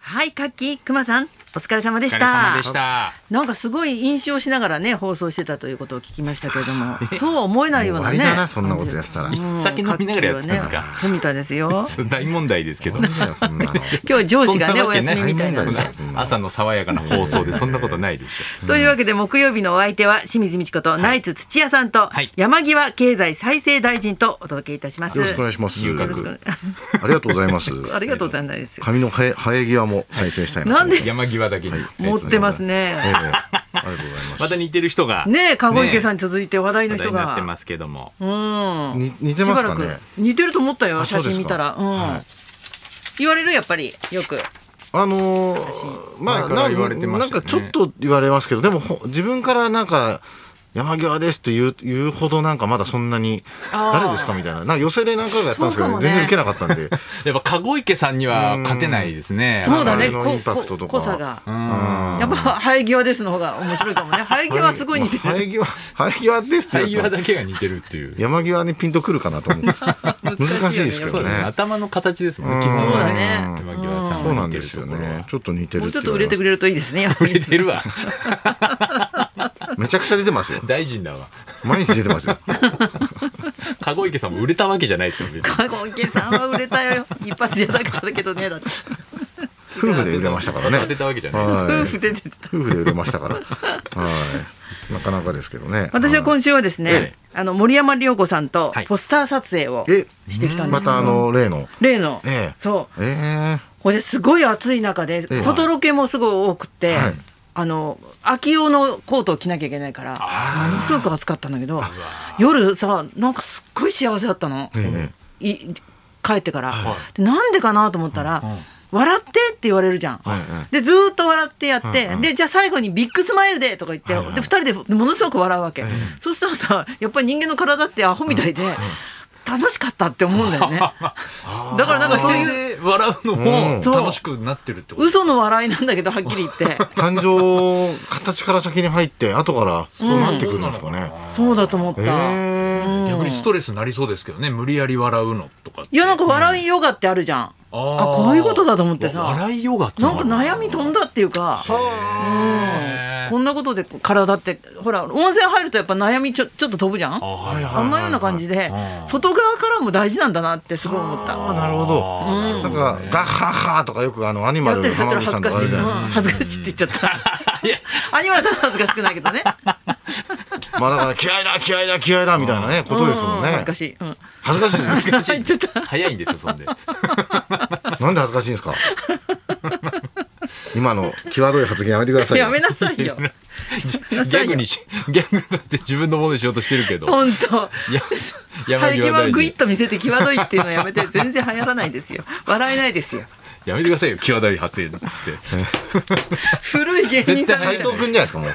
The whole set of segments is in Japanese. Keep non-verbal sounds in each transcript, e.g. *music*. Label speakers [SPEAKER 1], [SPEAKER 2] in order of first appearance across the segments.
[SPEAKER 1] はい、カッキー、くまさん、お疲れ様で
[SPEAKER 2] お疲
[SPEAKER 1] し
[SPEAKER 2] れ様
[SPEAKER 1] た。
[SPEAKER 2] でした。
[SPEAKER 1] なんかすごい飲酒をしながらね、放送してたということを聞きましたけれども、そうは思えないようなね。
[SPEAKER 3] もう終わりだなそんなことやってたら
[SPEAKER 1] うん
[SPEAKER 2] 酒飲みながらやってたんですか
[SPEAKER 1] カッキーはねそうみたいですよ。
[SPEAKER 2] 大問題ですけど。
[SPEAKER 3] なんだよそんなの
[SPEAKER 1] 今日上司がね、
[SPEAKER 2] そんな
[SPEAKER 1] お
[SPEAKER 2] わけ
[SPEAKER 1] 休
[SPEAKER 2] ない
[SPEAKER 1] みみたいな
[SPEAKER 3] そ
[SPEAKER 1] ん
[SPEAKER 3] ん
[SPEAKER 1] で
[SPEAKER 3] な。
[SPEAKER 2] 朝の爽やかな放送でそんなことないでし
[SPEAKER 1] というわけで、木曜日のお相手は清水美智子とナイツ土屋さんと
[SPEAKER 2] はい
[SPEAKER 1] 山際経済再生大臣とお届けいたします。
[SPEAKER 3] よろしくお願いします
[SPEAKER 2] 入
[SPEAKER 1] よ
[SPEAKER 2] 閣
[SPEAKER 1] ろしく
[SPEAKER 3] ありがとうございます
[SPEAKER 1] ありがとうございます。
[SPEAKER 3] 髪の生え生え際も再生したいな
[SPEAKER 1] なん
[SPEAKER 3] で
[SPEAKER 1] *laughs*
[SPEAKER 2] ょ。
[SPEAKER 1] で
[SPEAKER 2] 山際だけに。
[SPEAKER 1] 持ってますね。
[SPEAKER 3] ありがとうございます
[SPEAKER 2] また似てる人が。
[SPEAKER 1] ねえ、籠池さんに続いて話題の
[SPEAKER 2] 話題
[SPEAKER 1] 人
[SPEAKER 2] になっ
[SPEAKER 1] が
[SPEAKER 2] て。ますけども。
[SPEAKER 1] うん。
[SPEAKER 3] に似てます
[SPEAKER 1] し
[SPEAKER 3] か
[SPEAKER 1] ばら
[SPEAKER 3] ね
[SPEAKER 1] く似てると思ったよ
[SPEAKER 3] あ
[SPEAKER 1] 写真見たらう、
[SPEAKER 3] そうんですかはい
[SPEAKER 1] 言われるやっぱりよく
[SPEAKER 3] あのー
[SPEAKER 1] 真
[SPEAKER 3] まあ
[SPEAKER 2] 前から
[SPEAKER 3] な
[SPEAKER 2] 言われてました
[SPEAKER 3] なん
[SPEAKER 2] ね
[SPEAKER 3] かちょっと言われますけどでもほ自分からなんか山際ですって言う言うほどなんかまだそんなに
[SPEAKER 1] あー
[SPEAKER 3] 誰ですかみたいななんか寄せで何回かやったんですけ
[SPEAKER 1] そうかもね
[SPEAKER 3] ど全然受けなかったんで
[SPEAKER 2] やっぱ籠池さんには勝てないですね。
[SPEAKER 1] そうだ
[SPEAKER 3] あ
[SPEAKER 1] ね
[SPEAKER 3] れの
[SPEAKER 1] こ
[SPEAKER 3] インパクトと
[SPEAKER 1] こ
[SPEAKER 3] か
[SPEAKER 1] 濃さが
[SPEAKER 2] うん。
[SPEAKER 1] やっぱ生え際ですの方が面白いかも
[SPEAKER 3] *laughs*
[SPEAKER 1] ね生え際はすごい似て
[SPEAKER 3] 生
[SPEAKER 1] る
[SPEAKER 3] え際生え際ですって
[SPEAKER 2] 対
[SPEAKER 3] 言う
[SPEAKER 2] 話
[SPEAKER 3] と
[SPEAKER 2] だけが似てるっていう。
[SPEAKER 3] 山際にピンとくるかなと思って難しいですけ
[SPEAKER 2] そ
[SPEAKER 3] ど
[SPEAKER 2] うだね。
[SPEAKER 3] ね
[SPEAKER 2] 頭の形ですもんね。
[SPEAKER 3] うん
[SPEAKER 2] 傷
[SPEAKER 1] そう
[SPEAKER 2] が
[SPEAKER 1] だ
[SPEAKER 2] ね。
[SPEAKER 1] ね
[SPEAKER 2] 山際さん
[SPEAKER 3] そうな
[SPEAKER 2] が
[SPEAKER 3] ん
[SPEAKER 2] 似てる
[SPEAKER 3] です
[SPEAKER 2] と
[SPEAKER 3] よ
[SPEAKER 2] ころ
[SPEAKER 3] ね
[SPEAKER 2] は。
[SPEAKER 3] ちょっと似てる
[SPEAKER 1] もうちょっと
[SPEAKER 3] 言わ
[SPEAKER 1] 売
[SPEAKER 3] れ
[SPEAKER 1] れ
[SPEAKER 3] ま
[SPEAKER 1] てくれるといいですねやっぱ
[SPEAKER 2] 売れ
[SPEAKER 1] り
[SPEAKER 2] てるわ。
[SPEAKER 3] めちゃくちゃ出てますよ。
[SPEAKER 2] 大臣だわ。
[SPEAKER 3] 毎日出てますよ。
[SPEAKER 2] 籠池さんも売れたわけじゃないですから別に。
[SPEAKER 1] 籠池さんは売れたよ一発じゃなかったけどねだって
[SPEAKER 3] 夫婦で *laughs* 売れまし
[SPEAKER 1] *laughs*
[SPEAKER 3] たからね。
[SPEAKER 2] 当てたわけじゃない。
[SPEAKER 3] は
[SPEAKER 1] 夫
[SPEAKER 3] い
[SPEAKER 1] 婦で出てた
[SPEAKER 3] 夫婦で売れましたから。はい。なかなかですけどね。
[SPEAKER 1] 私は今週はですね、
[SPEAKER 2] はい
[SPEAKER 1] あの森山良子さんと
[SPEAKER 2] はい
[SPEAKER 1] ポスター撮影を
[SPEAKER 3] え
[SPEAKER 1] してきたんで
[SPEAKER 3] ま
[SPEAKER 1] け
[SPEAKER 3] す
[SPEAKER 1] ど、
[SPEAKER 3] たあの例の。
[SPEAKER 1] 例の、
[SPEAKER 3] ええ
[SPEAKER 1] そう
[SPEAKER 3] え
[SPEAKER 1] これすごい暑い中で、
[SPEAKER 3] ええ
[SPEAKER 1] 外ロケもすごい多くて、
[SPEAKER 3] はい
[SPEAKER 1] あの秋用のコートを着なきゃいけないからものすごく暑かったんだけど夜さなんかすっごい幸せだったの、
[SPEAKER 3] ええ
[SPEAKER 1] い帰ってから、
[SPEAKER 2] はい
[SPEAKER 1] でなんでかなと思ったら、笑ってって言われるじゃん、
[SPEAKER 3] はいはい
[SPEAKER 1] でずーっと笑ってやって、
[SPEAKER 3] うんうん
[SPEAKER 1] でじゃあ最後にビッグスマイルでとか言って、で2人でものすごく笑うわけ、そうしたらさやっぱり人間の体ってアホみたいで、楽しかったって思うんだよ
[SPEAKER 3] *laughs*
[SPEAKER 1] ねだからなんかそういう
[SPEAKER 2] う笑うのも
[SPEAKER 1] そう
[SPEAKER 2] 楽しくなってるってこと
[SPEAKER 1] 嘘の笑いなんだけどはっきり言って
[SPEAKER 3] え感情形から先に入って後からそうなってくるんですかね。
[SPEAKER 1] そうだと思った、
[SPEAKER 3] ええ
[SPEAKER 1] うん
[SPEAKER 2] 逆にストレスになりそうですけどね無理やり笑うのとか
[SPEAKER 1] いやなんか笑いヨガってあるじゃん、あ
[SPEAKER 2] ー
[SPEAKER 1] こういうことだと思ってさ
[SPEAKER 2] 笑いヨガって
[SPEAKER 1] なんか悩み飛んだっていうか、うん、こんなことで体ってほら温泉入るとやっぱ悩みちょちょっと飛ぶじゃんあ
[SPEAKER 2] はいはい
[SPEAKER 1] んなような感じで
[SPEAKER 2] うん
[SPEAKER 1] 外側からも大事なんだなってすごい思った
[SPEAKER 3] ああなるほど。
[SPEAKER 2] あー
[SPEAKER 3] なんかガッハッハとかよくあのアニマ
[SPEAKER 1] やっ
[SPEAKER 3] ル
[SPEAKER 1] て
[SPEAKER 3] の
[SPEAKER 1] るやって
[SPEAKER 3] 浜
[SPEAKER 1] る恥
[SPEAKER 3] 口さ
[SPEAKER 1] ず
[SPEAKER 3] ん
[SPEAKER 1] か
[SPEAKER 3] とかあ
[SPEAKER 1] しい、う
[SPEAKER 3] るじ
[SPEAKER 1] ん
[SPEAKER 3] ゃな
[SPEAKER 1] 恥
[SPEAKER 3] いですか。
[SPEAKER 1] ずかしいって言っちゃったアニマルさんは恥ずかしくないけどね
[SPEAKER 3] まあだから気合いだ気合いだ気合いだみたいなねことですもん
[SPEAKER 1] うん
[SPEAKER 3] ね
[SPEAKER 1] 恥ず。かしい、うん、
[SPEAKER 3] 恥ずかしいです。
[SPEAKER 1] 入っ *laughs* ちゃった
[SPEAKER 2] 早いんですよそ
[SPEAKER 1] *laughs*
[SPEAKER 2] んで
[SPEAKER 3] なんで恥ずかしいんですか *laughs* 今の際どい発言やめてくださいよ
[SPEAKER 1] やめなさいよ
[SPEAKER 2] ギャグにしギャグとして自分のものにしようとしてるけど
[SPEAKER 1] 本当
[SPEAKER 2] や山
[SPEAKER 1] 生え
[SPEAKER 2] 際
[SPEAKER 1] 際を
[SPEAKER 2] 大
[SPEAKER 1] グイッ
[SPEAKER 2] 臣
[SPEAKER 1] と見せて際どいっていうのをやめて全然流行らないですよ笑えないですよ
[SPEAKER 2] やめてくださいよ際どい発言っつ
[SPEAKER 3] *laughs*
[SPEAKER 2] って
[SPEAKER 1] 古い芸人さん
[SPEAKER 3] 斉
[SPEAKER 1] みたい
[SPEAKER 3] 藤くんじゃないですかもう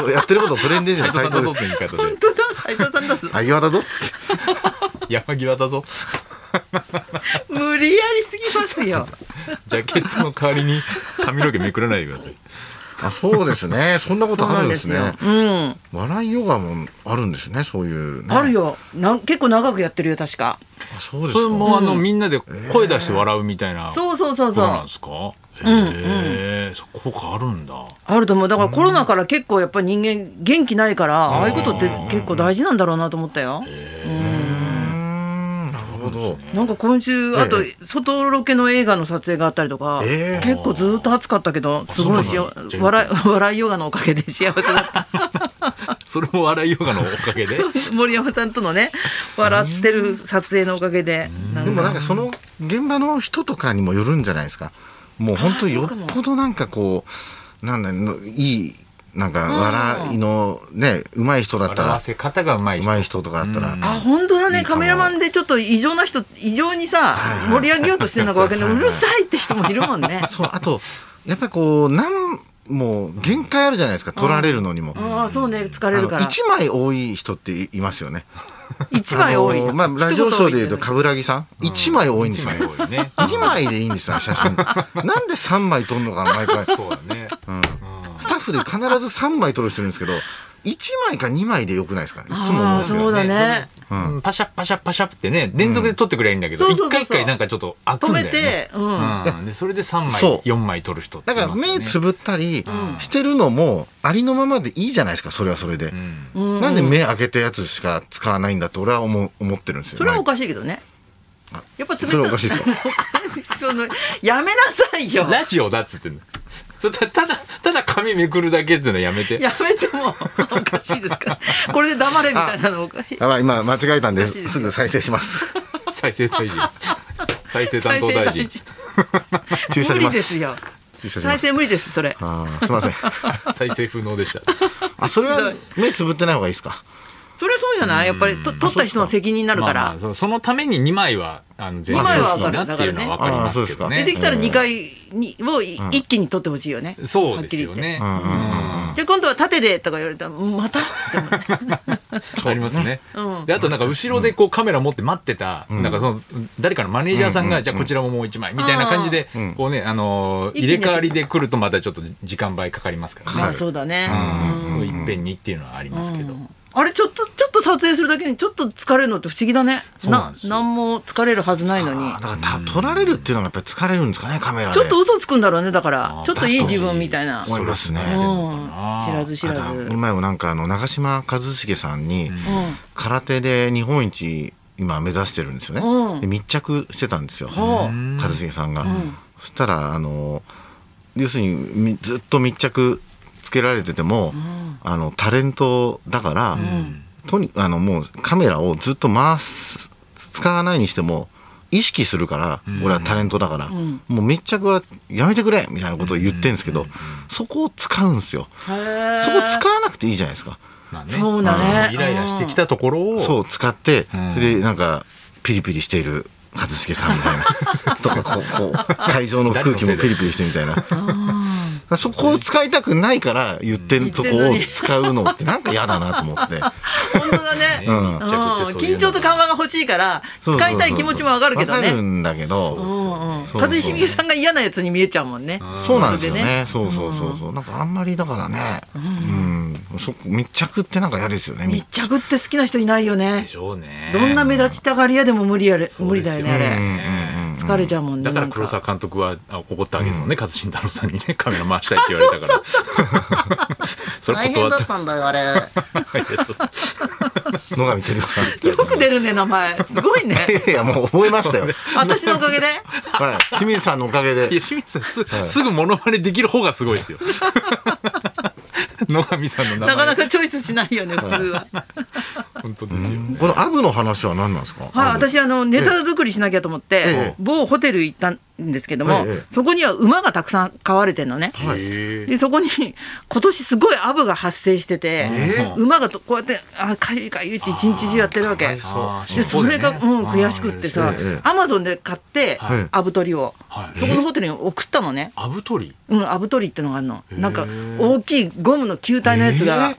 [SPEAKER 3] そうやってることトレンディーじゃない
[SPEAKER 2] 斉
[SPEAKER 3] 斉
[SPEAKER 2] 藤さん
[SPEAKER 3] 藤
[SPEAKER 2] だぞ
[SPEAKER 3] で
[SPEAKER 2] って
[SPEAKER 3] す
[SPEAKER 2] 言い
[SPEAKER 1] 本当だ斉藤
[SPEAKER 2] 方で
[SPEAKER 1] さんだぞ
[SPEAKER 3] あ岩田ぞっつって
[SPEAKER 2] 山際だぞ
[SPEAKER 1] 無理やりすぎますよ
[SPEAKER 2] ジャケットの代わりに髪の毛めくらないでください
[SPEAKER 3] あそうですねそんなことあるんですね
[SPEAKER 1] そうなんですようん
[SPEAKER 3] 笑いヨガもあるんですねそういう、ね、
[SPEAKER 1] あるよなん結構長くやってるよ確か
[SPEAKER 3] あそうです
[SPEAKER 2] それ
[SPEAKER 3] か
[SPEAKER 2] もあのみんなで声出して笑うみたいな
[SPEAKER 1] そうそうそう
[SPEAKER 2] そ
[SPEAKER 1] そうう
[SPEAKER 2] なんですかへえそこかあるんだ
[SPEAKER 1] あると思うだからコロナから結構やっぱり人間元気ないからああいうことって結構大事なんだろうなと思ったよ
[SPEAKER 3] うーんなるほど
[SPEAKER 1] なんか今週あと
[SPEAKER 3] え
[SPEAKER 1] 外ロケの映画の撮影があったりとか
[SPEAKER 3] ええ
[SPEAKER 1] 結構ずっと暑かったけどすごいしよ
[SPEAKER 2] そうなんだ
[SPEAKER 1] 笑い笑いヨガのおかげで幸せだった
[SPEAKER 2] それも笑いヨガのおか
[SPEAKER 3] *laughs*
[SPEAKER 2] げで
[SPEAKER 1] *laughs* 森山さんとのね笑ってる撮影のおかげでな
[SPEAKER 3] で
[SPEAKER 1] ん
[SPEAKER 3] も
[SPEAKER 1] か
[SPEAKER 3] なんかその現場の人とかにもよるんじゃないですかもう本当によっぽどなんかこうなんだのいいなんか笑いのねうまい人だった
[SPEAKER 2] 笑わ
[SPEAKER 3] ら
[SPEAKER 2] せ方がうまいう人
[SPEAKER 3] まい人とかだったら
[SPEAKER 1] あ本当だね
[SPEAKER 3] いいかも
[SPEAKER 1] カメラマンでちょっと異常な人異常にさ盛り上げようとしてるのかわかんないうるさいって人もいるもん
[SPEAKER 3] *laughs*
[SPEAKER 1] ね
[SPEAKER 3] そうあとやっぱりこうなんもう限界あるじゃないですか取られるのにも。
[SPEAKER 1] ああそうね疲
[SPEAKER 3] あ
[SPEAKER 1] れ
[SPEAKER 3] の
[SPEAKER 1] るから
[SPEAKER 3] 1枚多い人っていますよね。
[SPEAKER 1] 一枚多い
[SPEAKER 3] あのまあ、ラジオショーでいうと、
[SPEAKER 1] 一言多い
[SPEAKER 3] 冠城さん、1枚多いんで
[SPEAKER 2] 一
[SPEAKER 3] すよ
[SPEAKER 2] 枚
[SPEAKER 3] ね。
[SPEAKER 2] 多いね
[SPEAKER 3] 2枚でいいんですよ、
[SPEAKER 1] *laughs*
[SPEAKER 3] 写真。なんで3枚撮るのかな、毎回。
[SPEAKER 2] そうだね
[SPEAKER 3] スタッフで必ず3枚撮る人いるんですけど、一枚か二枚でよくないですかね。いつも思うん
[SPEAKER 1] あ
[SPEAKER 3] で
[SPEAKER 1] あ
[SPEAKER 3] す
[SPEAKER 1] そ
[SPEAKER 3] けど
[SPEAKER 1] うだ
[SPEAKER 3] ね。
[SPEAKER 1] ね
[SPEAKER 3] うん
[SPEAKER 2] パシャパシャパシャってね連続で撮ってくれるんだけど
[SPEAKER 1] うん
[SPEAKER 2] 一、
[SPEAKER 1] そうそうそう
[SPEAKER 2] 回一
[SPEAKER 1] そう
[SPEAKER 2] 回なんかちょっと開く
[SPEAKER 1] 止
[SPEAKER 2] んだ
[SPEAKER 1] め
[SPEAKER 2] よね
[SPEAKER 1] て、うん
[SPEAKER 2] うん、でそれで3枚
[SPEAKER 3] そう
[SPEAKER 2] 4枚撮る人って
[SPEAKER 3] だ
[SPEAKER 2] いま
[SPEAKER 3] か
[SPEAKER 2] す
[SPEAKER 3] ら
[SPEAKER 2] よね
[SPEAKER 3] 目つぶったり
[SPEAKER 2] うん
[SPEAKER 3] してるのもありのままでいいじゃないですか、それはそれで
[SPEAKER 2] う。ん
[SPEAKER 1] う
[SPEAKER 3] なんで目開けたやつしか使わないんだって俺は思う思ってるんですよ。
[SPEAKER 1] それはおかしいけどねやっぱ冷たい
[SPEAKER 3] それはおかしいです
[SPEAKER 1] *laughs* そのやめなさい
[SPEAKER 3] *laughs*
[SPEAKER 1] よ
[SPEAKER 2] ラジオだっつってんのそれたただただ紙めくるだけっていうのやめて
[SPEAKER 1] やめてもおかしいです
[SPEAKER 3] *laughs*
[SPEAKER 1] からこれで黙れみたいなのおかしい
[SPEAKER 3] やばい、今間違えたんで、
[SPEAKER 1] おかしいですす
[SPEAKER 3] すぐ再生
[SPEAKER 1] *laughs*
[SPEAKER 3] します。
[SPEAKER 2] 再生大臣再生担当大臣
[SPEAKER 3] 駐車
[SPEAKER 1] 無
[SPEAKER 3] し
[SPEAKER 1] 理
[SPEAKER 3] ま
[SPEAKER 1] です
[SPEAKER 3] す。
[SPEAKER 1] よ
[SPEAKER 3] 駐車しま
[SPEAKER 1] 再
[SPEAKER 3] す。
[SPEAKER 1] 生無理ですそれ
[SPEAKER 3] あーすみませ
[SPEAKER 1] *laughs*
[SPEAKER 3] ん。
[SPEAKER 2] 再生不能でした
[SPEAKER 3] あ、それは目つぶってない方がいいですか。
[SPEAKER 1] それはそうじゃないやっぱりと取った人の責任になるか
[SPEAKER 2] まあま
[SPEAKER 1] ら
[SPEAKER 2] あそそのために2枚はあの全然いい
[SPEAKER 1] 枚は
[SPEAKER 2] なっていうのは分かりますけど
[SPEAKER 3] あ
[SPEAKER 2] ね
[SPEAKER 1] 出てきたら
[SPEAKER 2] うん
[SPEAKER 1] 2回にをい一気に取ってほしいよね
[SPEAKER 2] そうですよね
[SPEAKER 3] はっきり言ってうんうんうん
[SPEAKER 1] はっきり言ってじゃあ今度は縦でとか言われたらうんまたって思う
[SPEAKER 2] ありますね
[SPEAKER 1] うん。
[SPEAKER 2] であとなんか後ろでこうカメラ持って待ってた、
[SPEAKER 3] ん
[SPEAKER 2] なんかその誰かのマネージャーさん
[SPEAKER 3] う
[SPEAKER 2] が
[SPEAKER 3] ん
[SPEAKER 2] じゃあこちらももう一枚みたいな感じで
[SPEAKER 3] うん
[SPEAKER 2] こうねあのー
[SPEAKER 1] 一気に
[SPEAKER 2] 入れ替わりで来るとまたちょっと時間倍かかりますからね。
[SPEAKER 1] まあそうだね
[SPEAKER 3] うん
[SPEAKER 1] うん
[SPEAKER 2] いっぺんにっていうのはありますけど。
[SPEAKER 1] あれちょっとちょっと撮影するだけにちょっと疲れるのって不思議だね
[SPEAKER 2] そうなんですよ
[SPEAKER 1] 何も疲れるはずないのに
[SPEAKER 3] あーだからた撮られるっていうのがやっぱり疲れるんですかね、カメラ
[SPEAKER 1] ち
[SPEAKER 3] で。
[SPEAKER 1] ょっと嘘つくんだろうねだから
[SPEAKER 2] あー
[SPEAKER 1] ちょっといい自分みたいな、
[SPEAKER 3] 思いますね
[SPEAKER 1] う
[SPEAKER 2] だ
[SPEAKER 1] ん、
[SPEAKER 2] と
[SPEAKER 1] 知
[SPEAKER 2] 思うな
[SPEAKER 1] らず知らず、
[SPEAKER 3] あ
[SPEAKER 1] う
[SPEAKER 3] だ
[SPEAKER 1] ん、
[SPEAKER 3] 前もなんかあの長嶋一茂さんに
[SPEAKER 2] ん
[SPEAKER 3] 空手で日本一今目指してるんですよね、
[SPEAKER 1] うん
[SPEAKER 3] で密着してたんですよ、
[SPEAKER 1] は
[SPEAKER 2] あ
[SPEAKER 3] 一茂さんが、
[SPEAKER 1] ん
[SPEAKER 3] そしたらあの要するにみずっと密着つけられてても、あのタレントだから、とにあのもうカメラをずっと回す使わないにしても意識するから、俺はタレントだから、
[SPEAKER 1] ん
[SPEAKER 3] もう密着はやめてくれみたいなことを言ってるんですけど、そこを使うんですよ。
[SPEAKER 1] へー
[SPEAKER 3] そこ使わなくていいじゃないですか。
[SPEAKER 2] まあね
[SPEAKER 1] そうだね
[SPEAKER 2] うんイライラしてきたところを、
[SPEAKER 3] そう使って、
[SPEAKER 2] うん
[SPEAKER 3] それでなんかピリピリしている一茂さんみたいなとかこうこう会場の空気もピリピリしてみた
[SPEAKER 1] *laughs*
[SPEAKER 3] いな。だからそこを使いたくないから言ってるとこを使うのってなんか嫌だなと思って。
[SPEAKER 1] 本当だね、
[SPEAKER 3] う
[SPEAKER 1] うんん、緊張と緩和が欲しいから
[SPEAKER 3] そうそうそう
[SPEAKER 1] *laughs* 使いたい気持ちもわかるけど
[SPEAKER 3] わかる
[SPEAKER 1] ね
[SPEAKER 3] んだけ
[SPEAKER 1] うん
[SPEAKER 3] ど。
[SPEAKER 1] うん
[SPEAKER 3] そうそう
[SPEAKER 1] 一茂さんが嫌なやつに見えちゃうもんね
[SPEAKER 2] ん
[SPEAKER 3] そうなんですよね。
[SPEAKER 1] そ
[SPEAKER 3] そう
[SPEAKER 1] れでね
[SPEAKER 3] そうそうそう。なんかあんまりだからね。うん。そ密着ってなんか嫌ですよね。
[SPEAKER 1] 密着って好きな人いないよね
[SPEAKER 2] でしょうね。
[SPEAKER 1] どんな目立ちたがり屋でも無理やれ無理だよねあ
[SPEAKER 2] そうですよ
[SPEAKER 1] れ
[SPEAKER 2] ね
[SPEAKER 1] 疲れちゃうもんね
[SPEAKER 2] だから黒沢監督はあ怒ったわけですもんね、勝新太郎さんにね、カメラ回したいって言われたから。 *laughs* それ断った。
[SPEAKER 1] たんだよあれ
[SPEAKER 3] 野上照子さん。
[SPEAKER 1] よく出るね名前すごいね
[SPEAKER 3] *laughs* いやもう覚えましたよ。
[SPEAKER 1] 私のおかげで
[SPEAKER 3] はい。清水さんのおかげで
[SPEAKER 2] *laughs* い。や、清水さんす、
[SPEAKER 3] い
[SPEAKER 2] すぐモノマネできる方がすごいですよ。野上さんの名前。
[SPEAKER 1] なかなかチョイスしないよね普通は。
[SPEAKER 2] 本当ですよね。
[SPEAKER 3] このアブの話は何なんですか。
[SPEAKER 1] はい、
[SPEAKER 3] アブ
[SPEAKER 1] 私あのネタ作りしなきゃと思って、
[SPEAKER 3] ええ
[SPEAKER 1] 某ホテル行ったんですけども、
[SPEAKER 3] ええ
[SPEAKER 1] そこには馬がたくさん飼われてるのね。
[SPEAKER 3] はい
[SPEAKER 2] へ
[SPEAKER 1] でそこに今年すごいアブが発生してて、
[SPEAKER 2] え
[SPEAKER 1] 馬がとこうやってあかゆいかゆいって一日中やってるわけ
[SPEAKER 3] あーかわい
[SPEAKER 2] あー
[SPEAKER 1] でそれが、
[SPEAKER 2] 尻尾
[SPEAKER 1] う
[SPEAKER 2] だよ
[SPEAKER 1] ん
[SPEAKER 2] ね
[SPEAKER 1] 悔しくってさ
[SPEAKER 2] あー
[SPEAKER 3] ええ
[SPEAKER 1] アマゾンで買って、
[SPEAKER 3] はい
[SPEAKER 1] アブ取りを、
[SPEAKER 2] はい
[SPEAKER 1] そこのホテルに送ったのね、
[SPEAKER 2] アブトリ
[SPEAKER 1] うん、アブ取りってのがあるの
[SPEAKER 2] へえ
[SPEAKER 1] なんか大きいゴムの球体のやつが、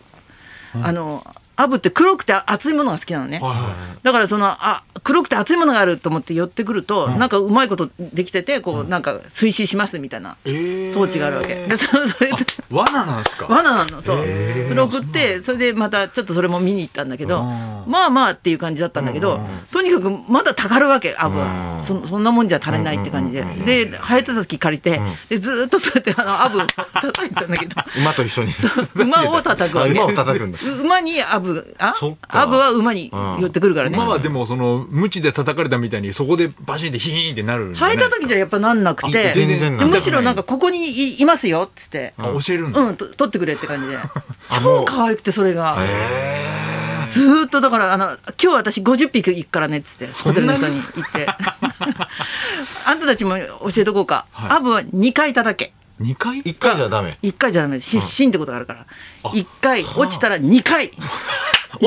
[SPEAKER 1] あのアブって黒くて厚いものが好きなのね、
[SPEAKER 2] は。
[SPEAKER 1] だからそのあ黒くて熱いものがあると思って寄ってくると、なんかうまいことできててこう、なんか推進しますみたいない
[SPEAKER 2] え
[SPEAKER 1] 装置があるわけ、でそそれで
[SPEAKER 2] 罠なんですか。
[SPEAKER 1] 罠なのそう、それ送ってそれでまたちょっとそれも見に行ったんだけど、
[SPEAKER 2] うん
[SPEAKER 1] まあまあっていう感じだったんだけど、とにかくまだたかるわけアブは、
[SPEAKER 3] うん
[SPEAKER 1] そそんなもんじゃ足りないって感じで、で生えてた時借りて、でずーっとそうやってあのアブ叩いてたんだけ *laughs* ど
[SPEAKER 3] 馬と一緒に。
[SPEAKER 1] 馬を叩くわ
[SPEAKER 3] あ
[SPEAKER 1] け
[SPEAKER 3] *laughs* 馬を叩くんだ。
[SPEAKER 1] う馬にアブあ
[SPEAKER 3] そっか
[SPEAKER 1] アブは馬に寄ってくるからね、
[SPEAKER 2] まあまあでもその無知で叩かれたみたいにそこでバシンってヒーンってなるんじゃな
[SPEAKER 1] 生え
[SPEAKER 2] いです
[SPEAKER 1] た
[SPEAKER 2] か。
[SPEAKER 1] 時じゃやっぱなんなくて
[SPEAKER 3] あ全然なん
[SPEAKER 1] で
[SPEAKER 3] ない
[SPEAKER 1] むしろなんかここにいいますよっつって、
[SPEAKER 2] あ教えるんだ。
[SPEAKER 1] うん、と取ってくれって感 *laughs* じで
[SPEAKER 3] もう
[SPEAKER 1] 超可愛くてそれが、ずーっとだからあの「今日私50匹行くからね」っつってホ
[SPEAKER 2] そんな
[SPEAKER 1] テル
[SPEAKER 2] に
[SPEAKER 1] の人に行って
[SPEAKER 2] *laughs*
[SPEAKER 1] あんたたちも教えとこうか、
[SPEAKER 2] はい
[SPEAKER 1] アブは2回叩け
[SPEAKER 2] 二回。
[SPEAKER 3] 一回じゃダメ。
[SPEAKER 1] 1回じゃダメ失神ってことがあるから、1回落ちたら2回2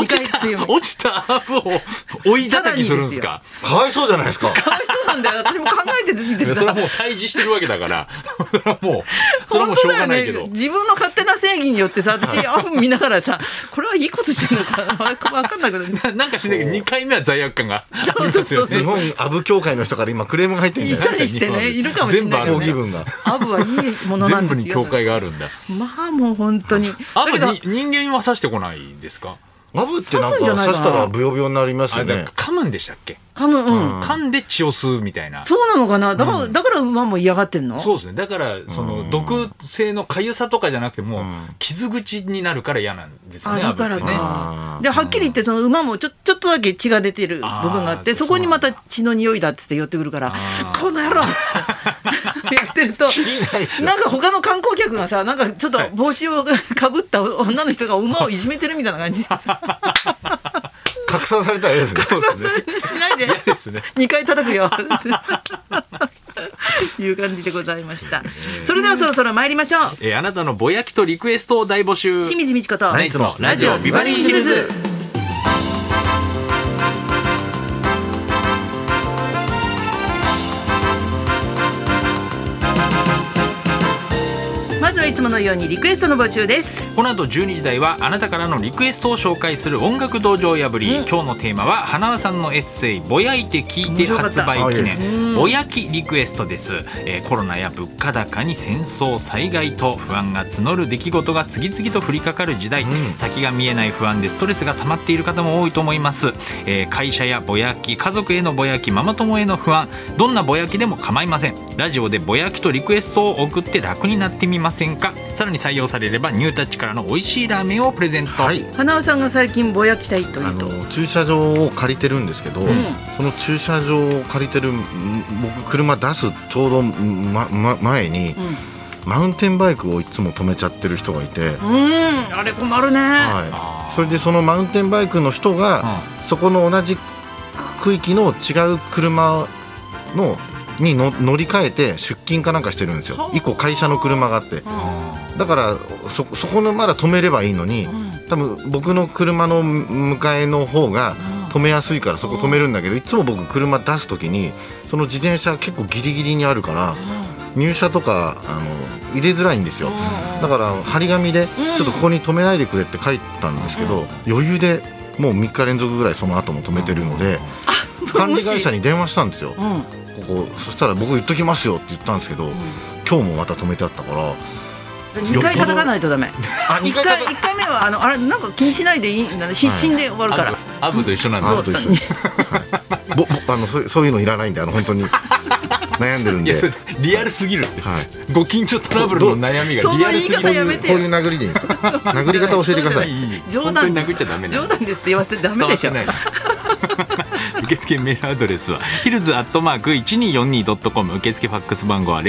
[SPEAKER 2] 落
[SPEAKER 1] 回
[SPEAKER 2] ちた
[SPEAKER 1] 強め
[SPEAKER 2] 落ちたアブを追い叩きするんですか。
[SPEAKER 3] かわいそうじゃないですか。
[SPEAKER 1] かわいそうなんだよ私も考えてるん
[SPEAKER 2] いや
[SPEAKER 1] で
[SPEAKER 2] それ
[SPEAKER 1] さ *laughs*
[SPEAKER 2] はもう退治してるわけだからそれはもうそれは
[SPEAKER 1] 本
[SPEAKER 2] もうし
[SPEAKER 1] 当
[SPEAKER 2] ょう
[SPEAKER 1] だ
[SPEAKER 2] が
[SPEAKER 1] よ
[SPEAKER 2] ないけ
[SPEAKER 1] ね
[SPEAKER 2] ど
[SPEAKER 1] 自分の勝手な価正義によってさ私アフ見ながらさこれはいいことしてるのかなわかわかんなくなる
[SPEAKER 2] ななんかしないけど、2回目は罪悪感があり
[SPEAKER 1] そう
[SPEAKER 2] ます
[SPEAKER 1] そ
[SPEAKER 2] よ
[SPEAKER 1] うそう
[SPEAKER 2] ね。
[SPEAKER 3] 日本アブ協会の人から今クレームが入ってるん
[SPEAKER 1] い
[SPEAKER 3] じゃない
[SPEAKER 1] たりしてねいるかもしれないけど
[SPEAKER 3] 抗
[SPEAKER 1] ね
[SPEAKER 2] 全
[SPEAKER 3] 議文が。
[SPEAKER 1] アブはいいものなんで
[SPEAKER 2] 全部
[SPEAKER 1] す
[SPEAKER 2] に教
[SPEAKER 1] よ
[SPEAKER 2] 会があるんだ。
[SPEAKER 1] まあもう本当に
[SPEAKER 2] あ
[SPEAKER 1] だけど
[SPEAKER 2] に人間は刺してこないですか。
[SPEAKER 3] アブってなんか
[SPEAKER 1] 刺すんじゃないか
[SPEAKER 3] 刺
[SPEAKER 1] な
[SPEAKER 3] したらブヨブヨになります
[SPEAKER 2] あ
[SPEAKER 3] よ
[SPEAKER 2] れ、
[SPEAKER 3] ね。
[SPEAKER 2] 噛むんでしたっけ。
[SPEAKER 1] 噛むうん
[SPEAKER 3] ん
[SPEAKER 2] 噛んで血を吸うみたいな。
[SPEAKER 1] そうなのかなだから、だから馬も嫌がってんの
[SPEAKER 2] そうですね。だから、その、毒性の痒さとかじゃなくても、傷口になるから嫌なんですよ
[SPEAKER 1] あ
[SPEAKER 2] ね。
[SPEAKER 1] だから
[SPEAKER 2] 炙って
[SPEAKER 1] か
[SPEAKER 2] ね
[SPEAKER 3] あ。ー
[SPEAKER 1] ではっきり言ってその馬もちょちょっとだけ血が出てる部分があって
[SPEAKER 2] あー
[SPEAKER 1] そこにまた血の匂いだっつって寄ってくるから
[SPEAKER 2] あ
[SPEAKER 1] この野郎 *laughs* ってやってると
[SPEAKER 3] ないっすよ
[SPEAKER 1] なんか他の観光客がさなんかちょっと帽子をかぶった女の人が馬をいじめてるみたいな感じで
[SPEAKER 2] *laughs*
[SPEAKER 1] さ
[SPEAKER 3] 拡散されたら嫌ですね。
[SPEAKER 1] それしないで
[SPEAKER 2] ですね。
[SPEAKER 1] 2回叩くよ *laughs* いう感じでございましたそれではそろそろ参りましょう
[SPEAKER 2] えーあなたのぼやきとリクエストを大募集。
[SPEAKER 1] 清水美智子と
[SPEAKER 2] ナイツのラジオビバリーヒルズ。
[SPEAKER 1] まずはいつものようにリクエストの募集です。
[SPEAKER 2] この後12時台はあなたからのリクエストを紹介する音楽道場破り、今日のテーマは花輪さんのエッセイ「ぼやいて聞いて」発売記
[SPEAKER 3] 面白かっ
[SPEAKER 2] 念「ぼやきリクエスト」です、えーコロナや物価高に戦争災害と不安が募る出来事が次々と降りかかる時代、
[SPEAKER 3] ん
[SPEAKER 2] 先が見えない不安でストレスが溜まっている方も多いと思います、えー会社やぼやき家族へのぼやきママ友への不安どんなぼやきでも構いませんラジオでぼやきとリクエストを送って楽になってみませんかさらに採用されればニュータッチからの美味しいラーメンをプレゼント、
[SPEAKER 3] はい。
[SPEAKER 1] 花尾さんが最近ぼやきたいとい
[SPEAKER 3] あ
[SPEAKER 1] うと。
[SPEAKER 3] の駐車場を借りてるんですけど、
[SPEAKER 1] ん
[SPEAKER 3] その駐車場を借りてるん僕車出すちょうど、まま、前に、マウンテンバイクをいつも止めちゃってる人がいて、
[SPEAKER 1] うん、うんあれ困るね。
[SPEAKER 2] あ
[SPEAKER 3] は
[SPEAKER 2] ー
[SPEAKER 3] い、それでそのマウンテンバイクの人が、そこの同じ区域の違う車のにの乗り換えて出勤かなんかしてるんです
[SPEAKER 1] は
[SPEAKER 3] よ
[SPEAKER 1] あ
[SPEAKER 3] 一個会社の車があってだからそそこのまだ止めればいいのに、多分僕の車の迎えの方が止めやすいからそこ止めるんだけどいつも僕車出す時にその自転車結構ギリギリにあるから入車とかあの入れづらいんですよだから張り紙で
[SPEAKER 1] うん
[SPEAKER 3] ちょっとここに止めないでくれって書いたんですけど余裕でもう3日連続ぐらいその後も止めてるので管理会社に電話したんですよ
[SPEAKER 1] う。ん。
[SPEAKER 3] ここそしたら僕言っときますよって言ったんですけど今日もまた止めてあったから
[SPEAKER 1] 二回叩かないとダメ。
[SPEAKER 3] あ
[SPEAKER 1] 一
[SPEAKER 3] 二
[SPEAKER 1] 回
[SPEAKER 3] 回
[SPEAKER 1] 一回目はあのあれなんか気にしないでいいんだね。必死で終わるから。
[SPEAKER 2] アブと一緒なん
[SPEAKER 3] あ
[SPEAKER 2] だ
[SPEAKER 3] のと一緒に、はい、ぼぼあのそうそういうのいらないんであの本当に悩んでるん
[SPEAKER 2] い
[SPEAKER 3] で、
[SPEAKER 2] や
[SPEAKER 3] はい、
[SPEAKER 2] それリアルすぎるご近所トラブルの悩みが
[SPEAKER 1] そん
[SPEAKER 2] リ
[SPEAKER 1] な
[SPEAKER 2] アル
[SPEAKER 1] 言い
[SPEAKER 2] すぎ
[SPEAKER 1] 方や
[SPEAKER 2] る
[SPEAKER 1] め
[SPEAKER 3] こう
[SPEAKER 1] てよ
[SPEAKER 3] い。う殴りでいいんですか殴り方教えてください
[SPEAKER 1] 冗
[SPEAKER 2] 本
[SPEAKER 1] 談
[SPEAKER 2] 当
[SPEAKER 1] で
[SPEAKER 2] に殴っちゃダメ
[SPEAKER 1] す。
[SPEAKER 2] だよ
[SPEAKER 1] 冗談ですって言わせてダメでしょ。
[SPEAKER 2] 伝わってない *laughs* 受付メールアドレスはヒルズアットマーク 1242.com 受付ファックス番号は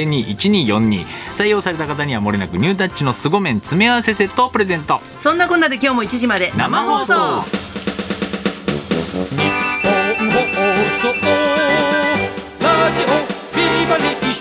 [SPEAKER 2] 0570021242採用された方にはもれなくニュータッチの凄麺詰め合わせセットをプレゼント
[SPEAKER 1] そんなこんなで今日も1時まで
[SPEAKER 2] 生放送
[SPEAKER 4] 日本放送ラジオビバリー